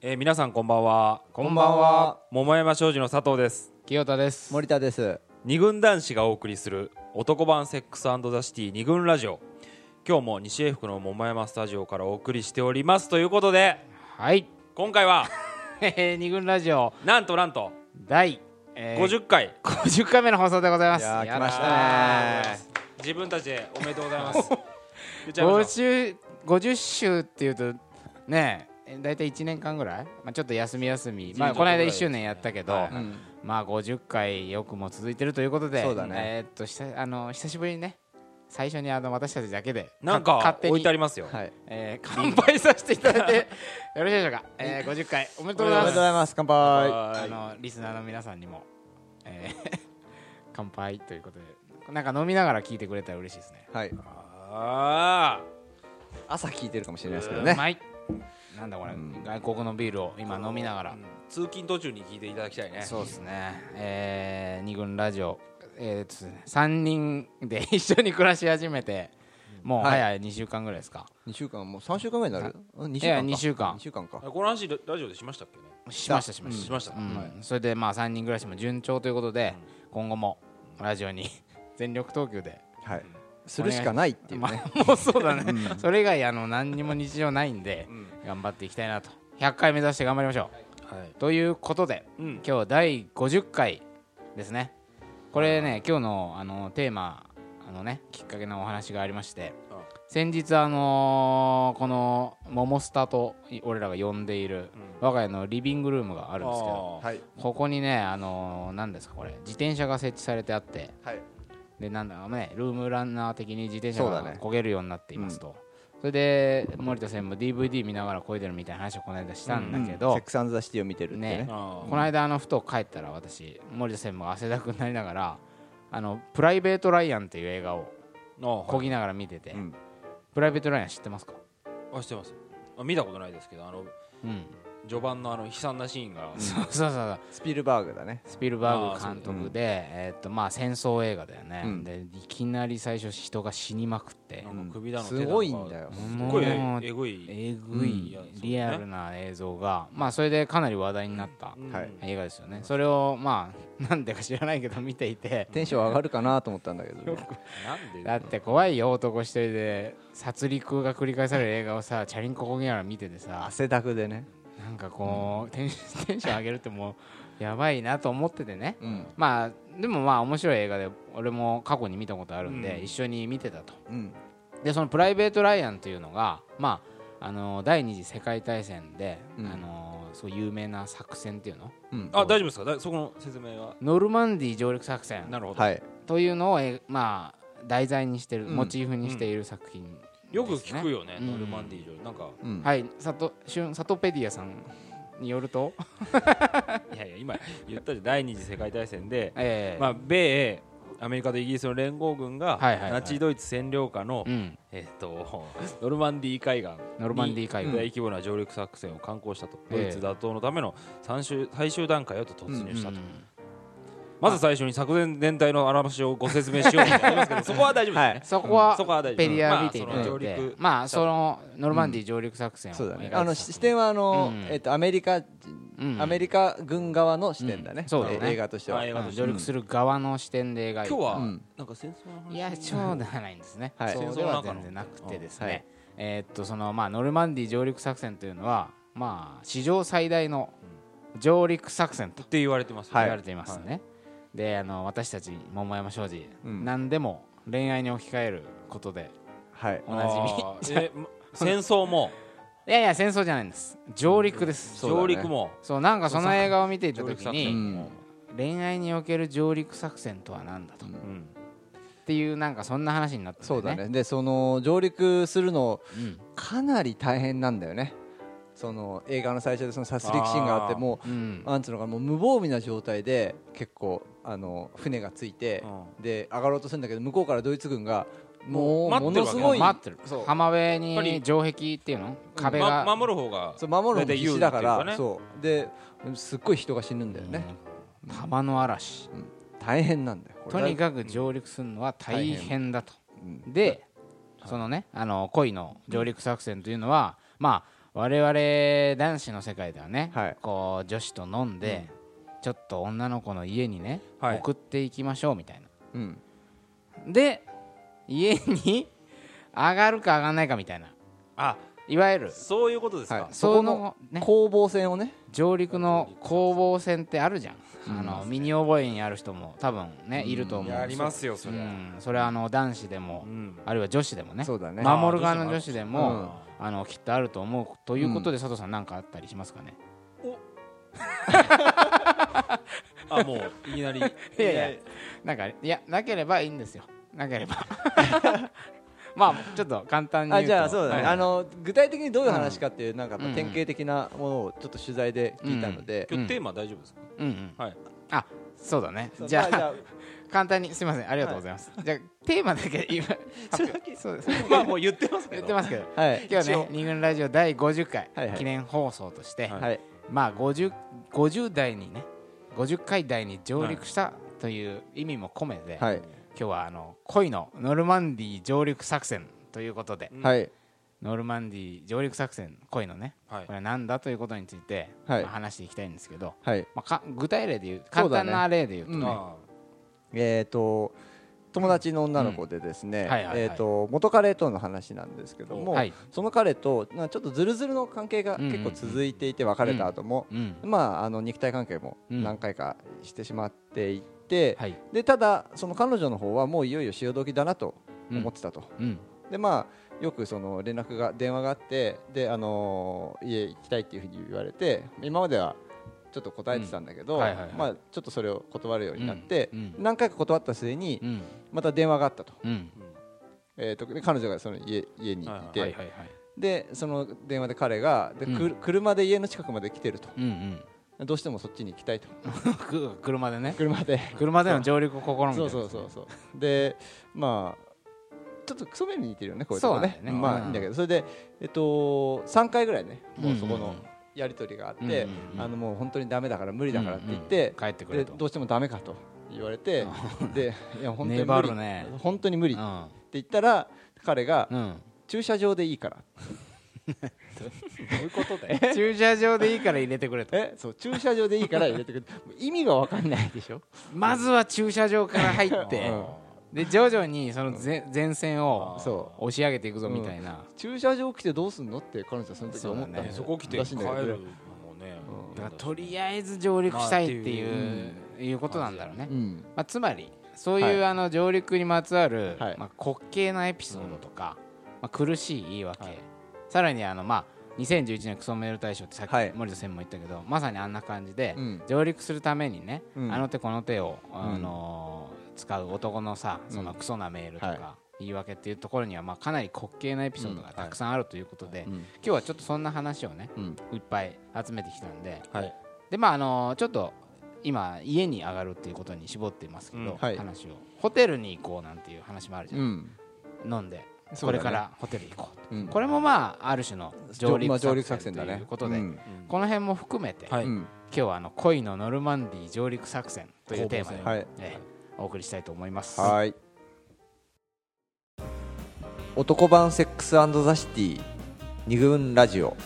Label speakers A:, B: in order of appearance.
A: えー皆さんこんばんは
B: こんばんは
A: 桃山商事の佐藤です
B: 清田です
C: 森田です
A: 二軍男子がお送りする男版セックスザシティ二軍ラジオ今日も西英福の桃山スタジオからお送りしておりますということで
B: はい
A: 今回は
B: えー二軍ラジオ
A: なんとなんと
B: 第、えー、
A: 50回、
B: 50回目の放送でございます
C: いやー
B: や
C: 来ましたね
A: 自分たちでおめでとうございます 言っちゃいまし
B: 50, 50週っていうとねえ大体1年間ぐらい、まあ、ちょっと休み休み、まあ、
A: 一年ちょっと
B: この間
A: ぐらい
B: 1周年やったけど、
A: はい
C: ん
B: まあ50回よくも続いてるということで
C: そうだね
B: えーっと久あの久しぶりにね最初にあの私たちだけで
A: ょうなん
B: 勝
A: か
B: 手に
A: 置いてありますよ、
C: はい
B: えー乾杯させていただいてよろしいでしょうか、えー、50回おめでとう
C: お
B: ご
C: め
B: ざ
C: で
B: いま
C: とうご
B: す
C: ざいます乾杯
A: は
B: あ
A: い
B: のリスナーの皆さんにも、えー 乾杯ということでなんか飲みながら聞いてくれたら嬉しいですね
C: はい
A: あ
C: 朝聞いてるかもしれないですけど
B: う
C: ね
B: まいなんだこれ、外国のビールを今飲みながら、
A: ー通勤途中に聞いていただきたいね
B: そうですねえー、二軍ラジオえーとですね、3人で一緒に暮らし始めてもう
C: はい
B: 早い2週間ぐらいですか、
C: 二週間もう三週間ぐらいになるうん二
B: いや
C: 二
B: 二週間
C: 二週間か
A: あこの話ララジオでしましたっけね
B: しましたしました、
A: しました、
B: うん
A: はい
B: それでまあ3人暮らしも順調ということで、今後もラジオに 全力投球で
C: はいするしかないっていう
B: ま
C: ね
B: あ、もうそうだね、それ以外あの何にも日常ないんで、
A: ん
B: 頑張っていきたいなと100回目指して頑張りましょう、
A: はい
B: ということで、
A: うん
B: 今日第50回ですねこれね今日のあのテーマあのねきっかけのお話がありまして
A: あ
B: 先日あのーこの「モモスタ」とい俺らが呼んでいる、我が家のリビングルームがあるんですけど
A: あー
C: い
B: ここにねあのー何ですかこれ自転車が設置されてあって
C: はい
B: でなんだろうねルームランナー的に自転車
C: そうだ
B: が
C: ね
B: 焦げるようになっていますとそ,、れで森田専務 DVD 見ながら漕いでるみたいな話をこの間したんだけど、
C: セックスアンドザシティを見てるってね
B: ね
A: あー
B: この間あのふと帰ったら私森田専務が汗だくになりながらあのプライベート・ライアンっていう映画を
A: あ
B: 漕ぎながら見てて、
C: ん
B: プライベート・ライアン知ってますか、
A: あしてますあ見たことないですけどあの
B: うん、
A: 序盤のあの悲惨なシーンが、
B: そうそうそう
C: スピルバーグだね
B: スピルバ
A: あー
B: ー
A: そう
B: グ監督で、えーっとまあ、戦争映画だよね、
C: うん
B: でいきなり最初人が死にまくって、
A: なんか首だの手
C: す
A: だの
C: ごいんだよ
A: すっごい
B: もう
A: えぐい
B: えぐい、
A: うん
B: リアルな映像が、まあそれでかなり話題になった
A: うん
C: はい
B: 映画ですよね、それをまあ なんでか知らないけど見ていて
C: テンション上がるかなと思ったんだけどね
A: なんで
B: だって怖いよ男一人で殺戮が繰り返される映画をさチャリンコこぎながら見ててさ
C: 汗だくでね
B: なんかこうテンション テンション上げるってもうやばいなと思っててね
C: うん
B: まあでもまあ面白い映画で俺も過去に見たことあるんで、
A: うん
B: 一緒に見てたと
C: うん
B: でそのプライベート・ライアンというのが、まあ、あの第二次世界大戦で、
C: うん
B: あのそう有名な作戦っていうの
C: うん
A: あ大丈夫ですかだそこの説明は
B: ノルマンディー上陸作戦
A: なるほど、
C: はい
B: というのを、えまあ、題材にしてる、
C: うん
B: モチーフにしている作品、
A: よく聞く
B: よ、
A: よね
B: うん
A: ノルマンディー上なんか
C: うん
B: はいサトシュンサトペディアさんによると、
A: いやいや今言ったじゃん第二次世界大戦で、
B: えー
A: まあ、米英アメリカとイギリスの連合軍が、
B: はいはいはい
A: ナチドイツ占領下の、
B: うん、
A: えっとノルマンディー海岸
B: ノルマンディー海
A: 大
B: 軍、
A: 規模な上陸作戦を敢行したと、
B: ええ
A: ドイツ打倒のための最終最終段階へと突入
B: う
A: したと、
B: ん
A: まず最初に昨年全体の表しをご説明しようと思いますけどそこは大丈夫ですね、
B: そこは、
A: うんそこは大丈夫
B: ペディア見ていた
A: ま
B: だ
A: あ
B: い
A: その上
B: て、
A: 陸
B: まあそのノルマンディー上陸作戦を
C: そうだね
B: 描いた
C: あのし視点はあの
B: うん
C: えっとアメリカ
B: うん
C: アメリカ軍側の視点だね
B: うんそうだね
C: え映画としては
A: はい映画として
B: 上陸する側の視点で描いた
A: 今日は、
C: うん
A: なんか戦争の話
B: いやそうではないんですね、
C: はい
B: そうでは全然なくてですね、
C: はい
B: えーっとそのまあノルマンディー上陸作戦というのはまあ史上最大の上陸作戦と
A: って言われてますよね、
B: 言われていますね、であの私たち桃山商事、
C: うん
B: 何でも恋愛に置き換えることで
C: はい
B: おなじみ
A: あーえ ま戦争も
B: いやいや戦争じゃないんです上陸です、
C: そうだね
A: 上陸も
B: そうなんかその映画を見ていた時
A: う
B: に
C: ん
B: 恋愛における上陸作戦とは何だと、
C: うん
B: うんっていうなんかそんな話になったんだ
C: そ
B: よ
C: うだねでその上陸するの
B: うん
C: かなり大変なんだよねその映画の最初でその殺戮シーンがあって
A: あー
C: も
B: うん
C: うなんつうのかなもう無防備な状態で結構あの船がついて
A: う
C: で上がろうとするんだけど向こうからドイツ軍がもう
A: もう待
C: も
A: ってる
C: の
A: わ
C: す
A: け
C: ごい
B: 待ってる
C: そう
B: 浜辺に
A: やっぱり
B: 城壁っていうの壁が、
A: ま、守る方が
C: そう守るの
A: 大体
C: も必
A: 有利っ
C: 死
A: てい
C: だ
A: うか
C: か
A: ね
C: らそうですっごい人が死ぬんだよね
B: うん浜の嵐
C: 大変なんだよこれ
B: とにかく上陸するのは大変だと、
C: うん
B: でそのねあの恋の上陸作戦というのはまあ我々男子の世界ではね、
C: はい
B: こう女子と飲んで、ちょっと女の子の家にね、
A: はい
B: 送っていきましょうみたいな
C: うん
B: で家に上がるか上がらないかみたいな
A: あ
B: いわゆる
A: そういうことですか、
C: はい
B: そ
C: そこ
B: の
C: の
B: ね
C: 攻防戦をね
B: 上陸の攻防戦ってあるじゃん、あの身に覚えにある人も多分ね、いると思う
A: やりますよそ
B: うん
A: れ、
B: それはあの男子でも、
A: うん
B: あるいは女子でもね
C: そうだね
B: 守る側の女子でも、
A: あ
B: あのきっとあると思うということで、佐藤さん何かあったりしますかね
A: あもういきなりい
B: やいやなんかいやなければいいんですよなければ まあちょっと簡単に言う
C: あ
B: と
C: じゃあそうだね、
B: はい
C: あの具体的にどういう話かっていうなんかやっぱ典型的なものをちょっと取材で聞いたので、
A: 今日テーマ大丈夫ですか、
B: うんうん
A: はい
B: あそうだね
C: そう
B: じゃ
C: ま
B: あ簡単にすみませんありがとうございます、じゃあテーマだけ今
A: それだけ
B: そうです
A: まあもう言ってますけ
B: 言
A: ど
B: ってますけど
C: あはい
B: 今
A: 一
B: 日ね
A: 応
B: 二軍ラジオ第50回
C: はいはい
B: 記念放送として、
A: はい
C: はい
B: まあ 50, 50代にね50回台に上陸したという意味も込めて、
C: はい
B: 今日はあの恋のノルマンディー上陸作戦ということで、
A: うん
C: はい
B: ノルマンディー上陸作戦恋のね
A: はい
B: これは何だということについて、
C: はい
B: まあ話していきたいんですけど、
C: はい
B: まあ、か具体例で言う
C: そ
B: 簡
C: うだ
B: 単
C: ね
B: な例で言うとね
C: うん
A: あ
C: えっ、と友達の女の子でですね、
B: うんはいはいはい
C: えー、と元彼との話なんですけども、
B: はい
C: その彼となちょっとズルズルの関係が結構続いていて別れた後も、
B: うん
C: まあ、あの肉体関係も何回かしてしまっていて、
B: はい
C: でただその彼女の方はもういよいよ潮時だなと思ってたと、
B: うん
C: でまあよくその連絡が電話があってであのー家行きたいっていうふうに言われて今まではちょっと答えてたんだけど、
B: うんはいはいはい
C: まあちょっとそれを断るようになって、
B: うんうん
C: 何回か断った末に
B: うん
C: また電話があったと,、
B: うん
C: えーとで彼女がその家家にいて、
A: はい
B: はいはいはい
C: でその電話で彼がで、く
B: うん
C: 車で家の近くまで来てると
B: うん
C: どうしてもそっちに行きたいと
B: うんく車でね
C: 車で
B: 車での上陸を試みた
C: そうそうそうそうでまあちょっとクソ目に似てるよねこういうとこ
B: そ
C: ね
B: うなんだよね
C: ま
B: う
C: あ
B: ん
C: いいんだけどそれでえっと3回ぐらいねもうそこ
B: うんうん
C: の
B: うん
C: やり取りがあっ
B: うんうん
C: て
B: うん
C: あのもう本当にダメだから無理だからって言っ
B: うんうん
C: て
B: 帰ってく
C: で
B: れと
C: どうしてもダメかと言われてでいや本当に
B: 粘
C: 無
B: る
C: 理
B: ね
C: 本当に無理
B: う
C: って
B: ん
C: 言ったら彼が
B: うん
C: 駐車場でいいから
A: どういうことで
B: 駐車場でいいから入れてくれと
C: えそう駐車場でいいから入れてくれもう 意味が分かんないでしょ
B: まずは駐車場から入って
C: うん
B: で徐々にその前前線を
C: そう
B: 押し上げていくぞみたいな
C: 駐車場来てどうすんのって彼女はその時思ったんだよ
B: そうだね
A: そこ来て
C: ら
A: 帰
C: しい
A: る
C: ん
A: の
C: だけど
A: もね、
B: だからとりあえず上陸したいっていう,、いうことなんだろうね、
C: うん
B: まあ、つまりそういう、
C: は
B: あの上陸にまつわる、
C: はい
B: まあ、滑稽なエピソードとか、まあ、苦しい言い訳、さらにあの、まあ、2011年クソメール大賞ってさっき
C: はい
B: 森田専務も言ったけど、まさにあんな感じで、
C: うん
B: 上陸するためにね、
C: うん
B: あの手この手を、あのー使う男のさそのクソなメールとか、
C: はい
B: 言い訳っていうところには、まあ、かなり滑稽なエピソードがたくさんあるということで、
C: うん
B: 今日はちょっとそんな話をね、
C: うん
B: いっぱい集めてきたんで、
A: はい
B: でまああのちょっと今家に上がるっていうことに絞ってますけど、
A: うん
C: はい
B: 話をホテルに行こうなんていう話もあるじゃん、
C: ん
B: 飲んで
C: そ
B: こ
C: う
B: れ
C: だね
B: からホテル行こう、
C: うん
B: これもまあある種の上陸
C: まあ
B: 作戦
C: 上陸作戦だ
B: とい
C: ね
B: うことで、
C: うん
B: この辺も含めて、
A: は
B: 今
A: い、
C: うん
B: 日はあの恋のノルマンディー上陸作戦というテーマで、
A: 攻防戦
C: はい
B: ええお送りしたいと思います。
C: はい男版セックスザシティ二軍ラジオ